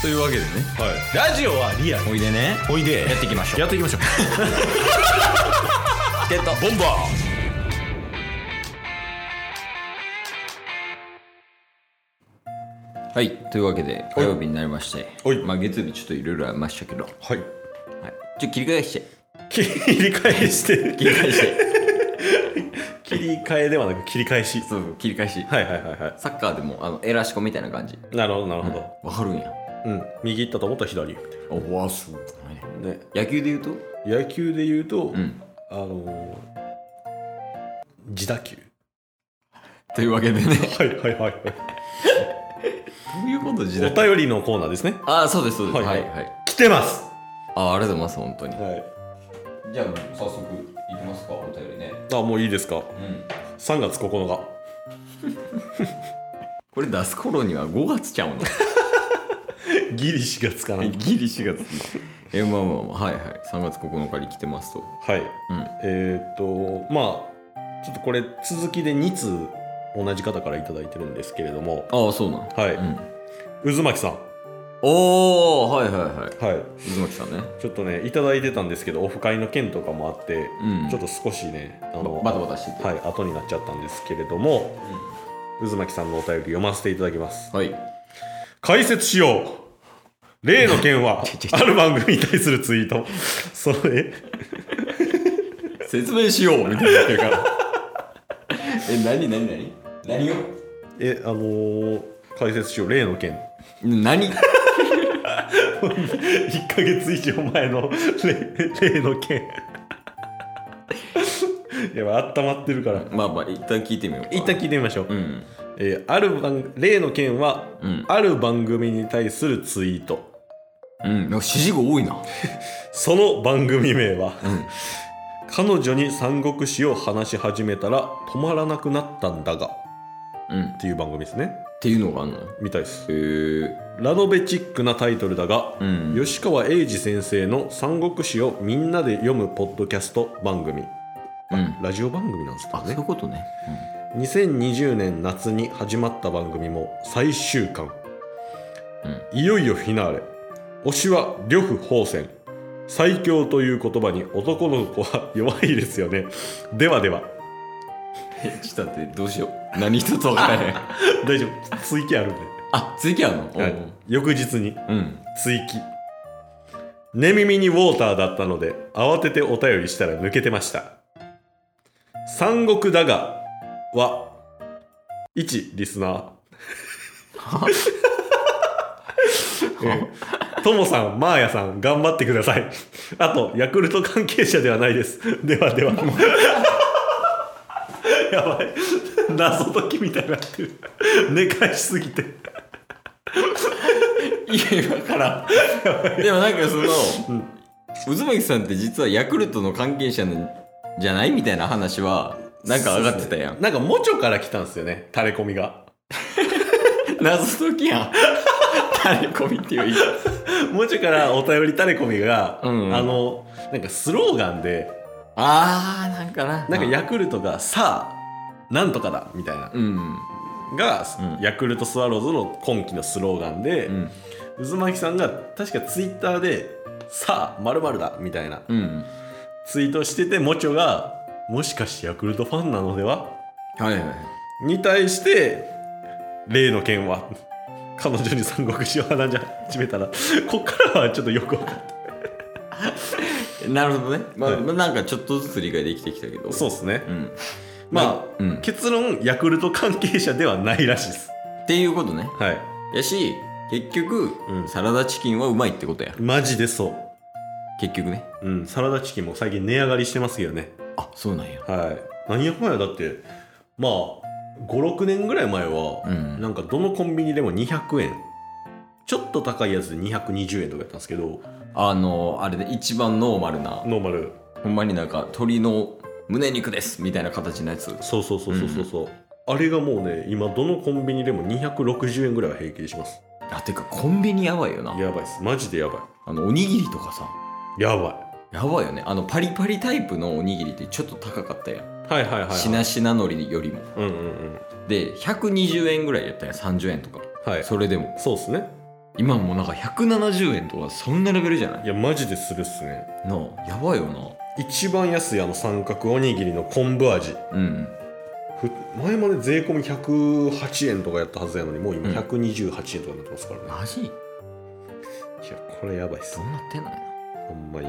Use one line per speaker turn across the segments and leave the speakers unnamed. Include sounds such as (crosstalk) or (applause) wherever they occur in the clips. というわけでね
はい、ラジオはリアル
おいでね
おいで
やっていきましょう
やっていきましょう
ってた
ボンバ
はいというわけで火曜日になりまして
おい
まあ月曜日ちょっといろいろありましたけど、はい、
ーはい
ちょっと切り返して
切り返して
切り返して
切り替えではなく切り返し
(laughs) そうそう切り返し
はいはいはいは
サッカーでもあのエラシコみたいな感じ
いなるほどなるほど、
わかるんや
うん右行ったと思ったら左
あわすごい
ね
野球で言うと
野球で言うと、
うん
あのー、自打球
というわけでね
はいはいはいはい
どういうこと時代
お便りのコーナーですね
ああそうですそうですは
はいい
はい、
来てます
ああありがとうございます本当に
はい
じゃあ早速いきますかお便りね
あもういいですか
うん
3月9日
これ出す頃には5月ちゃうの
ギリ4月かなはい
ギリ4月えまあまあまあはいはい3月9日に来てますとうん
えーっとまあちょっとこれ続きで2通同じ方から頂いいてるんですけれども
ああそうなん
はい
うん、
渦巻さん
おおはいはいはい
はい
渦巻さんね
ちょっとね頂いただいてたんですけどオフ会の件とかもあって、
うん
ちょっと少しねあの
バタバタしてて
はい後になっちゃったんですけれども渦巻さんのお便り読ませていただきます
はい
解説しよう例の件は
(laughs) ちょちょちょ
ある番組に対するツイートそ
(laughs)
れ
説明しようみたいになってるからえ何何何何を
えあのー解説しよう例の件
何
(laughs) 1ヶ月以上前の例例の件 (laughs) やばい温まってるから
まあまあ一旦聞いてみようか
一旦聞いてみましょう、
うん
えーある番例の件は、
うん
ある番組に対するツイート
うんなんか指示語多いな
その番組名は、
ん
彼女に三国志を話し始めたら止まらなくなったんだが
うんっ
っていう番組ですね
ていうのがあんのへ
みたいです
え
ラノベチックなタイトルだが、
うん
吉川英治先生の「三国志をみんなで読むポッドキャスト番組」
うん
ラジオ番組なんです
あ
か
そうい
ね
うことね、
2020年夏に始まった番組も最終巻、いよいよフィナーレ推しは呂布宝泉最強という言葉に男の子は弱いですよねではでは (laughs)
えちょっと待ってどうしよう何一つ分から (laughs) へん
大丈夫追記あるんで、
あ続きあるの
はい
おう
翌日に
うん
追記寝耳にウォーターだったので慌ててお便りしたら抜けてました三国だがは1リスナーえともさん、マーヤさん、頑張ってください。あと、ヤクルト関係者ではないです。ではでは。 (laughs) やばい。謎解きみたいになってる。寝返しすぎて。
いや今からんでもなんかその、渦巻さんって実はヤクルトの関係者なんじゃないみたいな話はなんか上がってたやん、
なんか、もちょから来たんですよね、タレコミが。
謎解きやんタレコミっていう言い方
もちょからお便りタレコミが、
うん
あの、なんかスローガンで、
あーなんかな
なんかヤクルトが、さあ、なんとかだ、みたいな。
うん
が、
うん
ヤクルトスワローズの今期のスローガンで、
うん
渦巻さんが確かツイッターで「さあまるだ」みたいな
うん
ツイートしててモチョが「もしかしてヤクルトファンなのでは?
はいはい」
に対して「例の件は彼女に三国志を話し始めたらこっからはちょっとよく分かった
なるほどね、まあ
はい
まあなんかちょっとずつ理解できてきたけど
そう
う、
ですね
ん、
まあ、
うん
結論ヤクルト関係者ではないらしいです
っていうことね
はい
やし結局、
うん
サラダチキンはうまいってことや
マジでそ
結局ね
ううんサラダチキンも最近値上がりしてますけどね
あそうなんや
はい何やかんやだってまあ56年ぐらい前は、
うん
なんかどのコンビニでも200円ちょっと高いやつで220円とかやったんですけど
あのあれで一番ノーマルな
ノーマル
ほんまになんか鶏の胸肉ですみたいな形のやつ
そうそうそうそうそうそう、あれがもうね今どのコンビニでも260円ぐらいは平気でします
あてかコンビニやばいよな
やばいっすマジでやば
あのおにぎりとかさ
いやばい
やばいよねあのパリパリタイプのおにぎりってちょっと高かったやん
はいはいはい、はい、
しなしなのりよりも
うんうんうん
で120円ぐらいやったやん30円とか
はいそ
それでも
そうっすね
今もうなんか170円とかそんなレベルじゃない
いやマジでするっすね
なあやばいよな
一番安いあの三角おにぎりの昆布味
うん
ふ前まで税込み108円とかやったはずやのにもう今
うん
128円とかになってますからね、
マジ
いやこれやばいっす
どうなってんのやな
ほんまに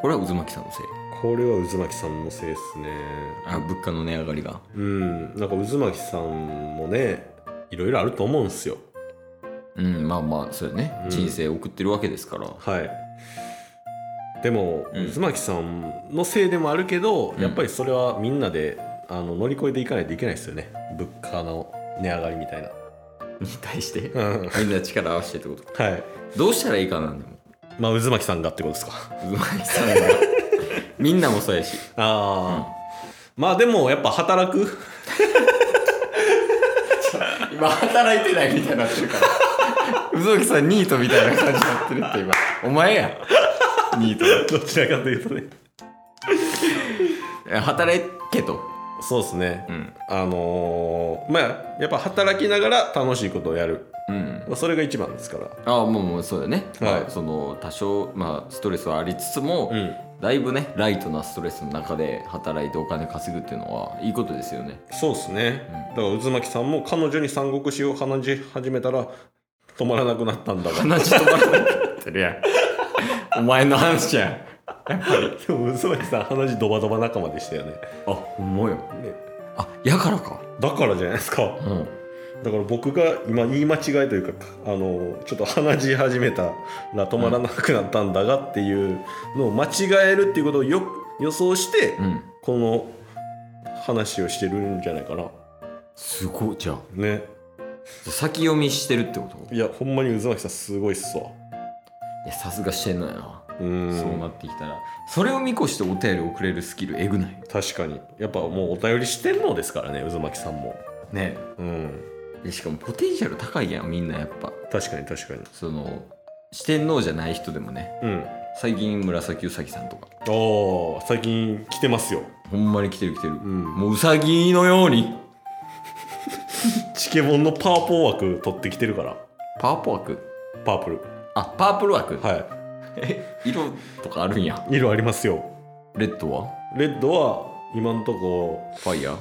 これは渦巻さんのせい
これは渦巻さんのせいっすね
あ物価の値上がりが
うんなんか渦巻さんもねいろいろあると思うんすよ
うんまあまあそうやね、
うん
人生送ってるわけですから
はいでも、
うん
渦巻さんのせいでもあるけど、
うん
やっぱりそれはみんなであの乗り越えていかないといけないですよね物価の値上がりみたいな (laughs)
に対して
うん
みんな力合わせてってこと
はい
どうしたらいいかなんでも
まあ渦巻さんがってことですか
渦巻さんがみんなもそうやし
ああ、まあでもやっぱ働く (laughs)
今働いてないみたいになってるから渦巻さんニートみたいな感じになってるって今お前やニート
どちらかというとね
え働けと
そうですね、
うん
あのーまあやっぱ働きながら楽しいことをやる、
うん
まあ、それが一番ですから
ああもうもうそうだね、
はい
まあ、その多少、まあ、ストレスはありつつも、
うん
だいぶねライトなストレスの中で働いてお金稼ぐっていうのはいいことですよね
そうですね、だから渦巻さんも彼女に三国志を話し始めたら止まらなくなったんだ (laughs) が
話止まらなくなってるやん (laughs) お前の話じゃんあ
でも渦巻さん話ドバドバ仲間でしたよね
ほんまよ
ね
あやからか
だからじゃないですか
うん
だから僕が今言い間違いというかあのちょっと話し始めたら止まらなくなったんだがっていうのを間違えるっていうことをよ予想して、
うん
この話をしてるんじゃないかな
すごいじゃあ
ね
先読みしてるってこと
いやほんまに渦巻さんすごいっすわ
いやさすがしてんのやな、
うん
そうなってきたらそれを見越してお便り送れるスキルえぐない
確かにやっぱもうお便りしてんのですからね渦巻さんも
ね
うん
えしかもポテンシャル高いやんみんなやっぱ
確かに確かに
その四天王じゃない人でもね
うん
最近紫うさぎさんとか
ああ最近来てますよ
ほんまに来てる来てる、
ん
もううさぎのように
チケボンのパーポー枠取ってきてるから
パープル枠
パープル
あパープル枠、
は
え色とかあるんや
い色ありますよ
レッドは
レッドは今んとこ (laughs)
ファイヤー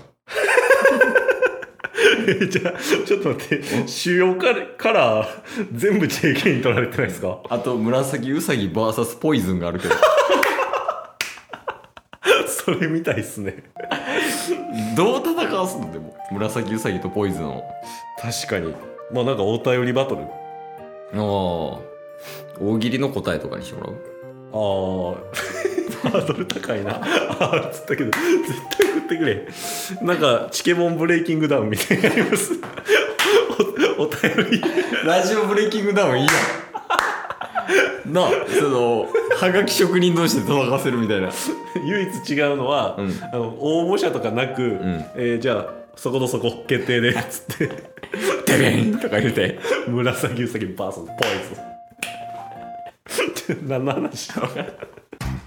じゃあちょっと待って主要カラーカラー全部 JK に取られてないですか (laughs)
あと紫うさぎ VS ポイズンがある (laughs) けど
それみたいっすね
どう戦わすのでも紫うさぎとポイズンを
確かにまあなんかお便りバトル
ああ大喜利の答えとかにしてもらう
あー (laughs) ハードル高いなあーつったけど絶対送ってくれなんかチケボンブレイキングダウンみたいになりますおお便り (laughs)
ラジオブレイキングダウンいいやんなあそのはがき職人同士で戦わせるみたいな
唯一違うのは、
うん
あの応募者とかなく、
ん
えーじゃあそことそこ決定でつって (laughs)
デベンとか言うて
紫うさぎ VS ポイズ (laughs) ン何の話
今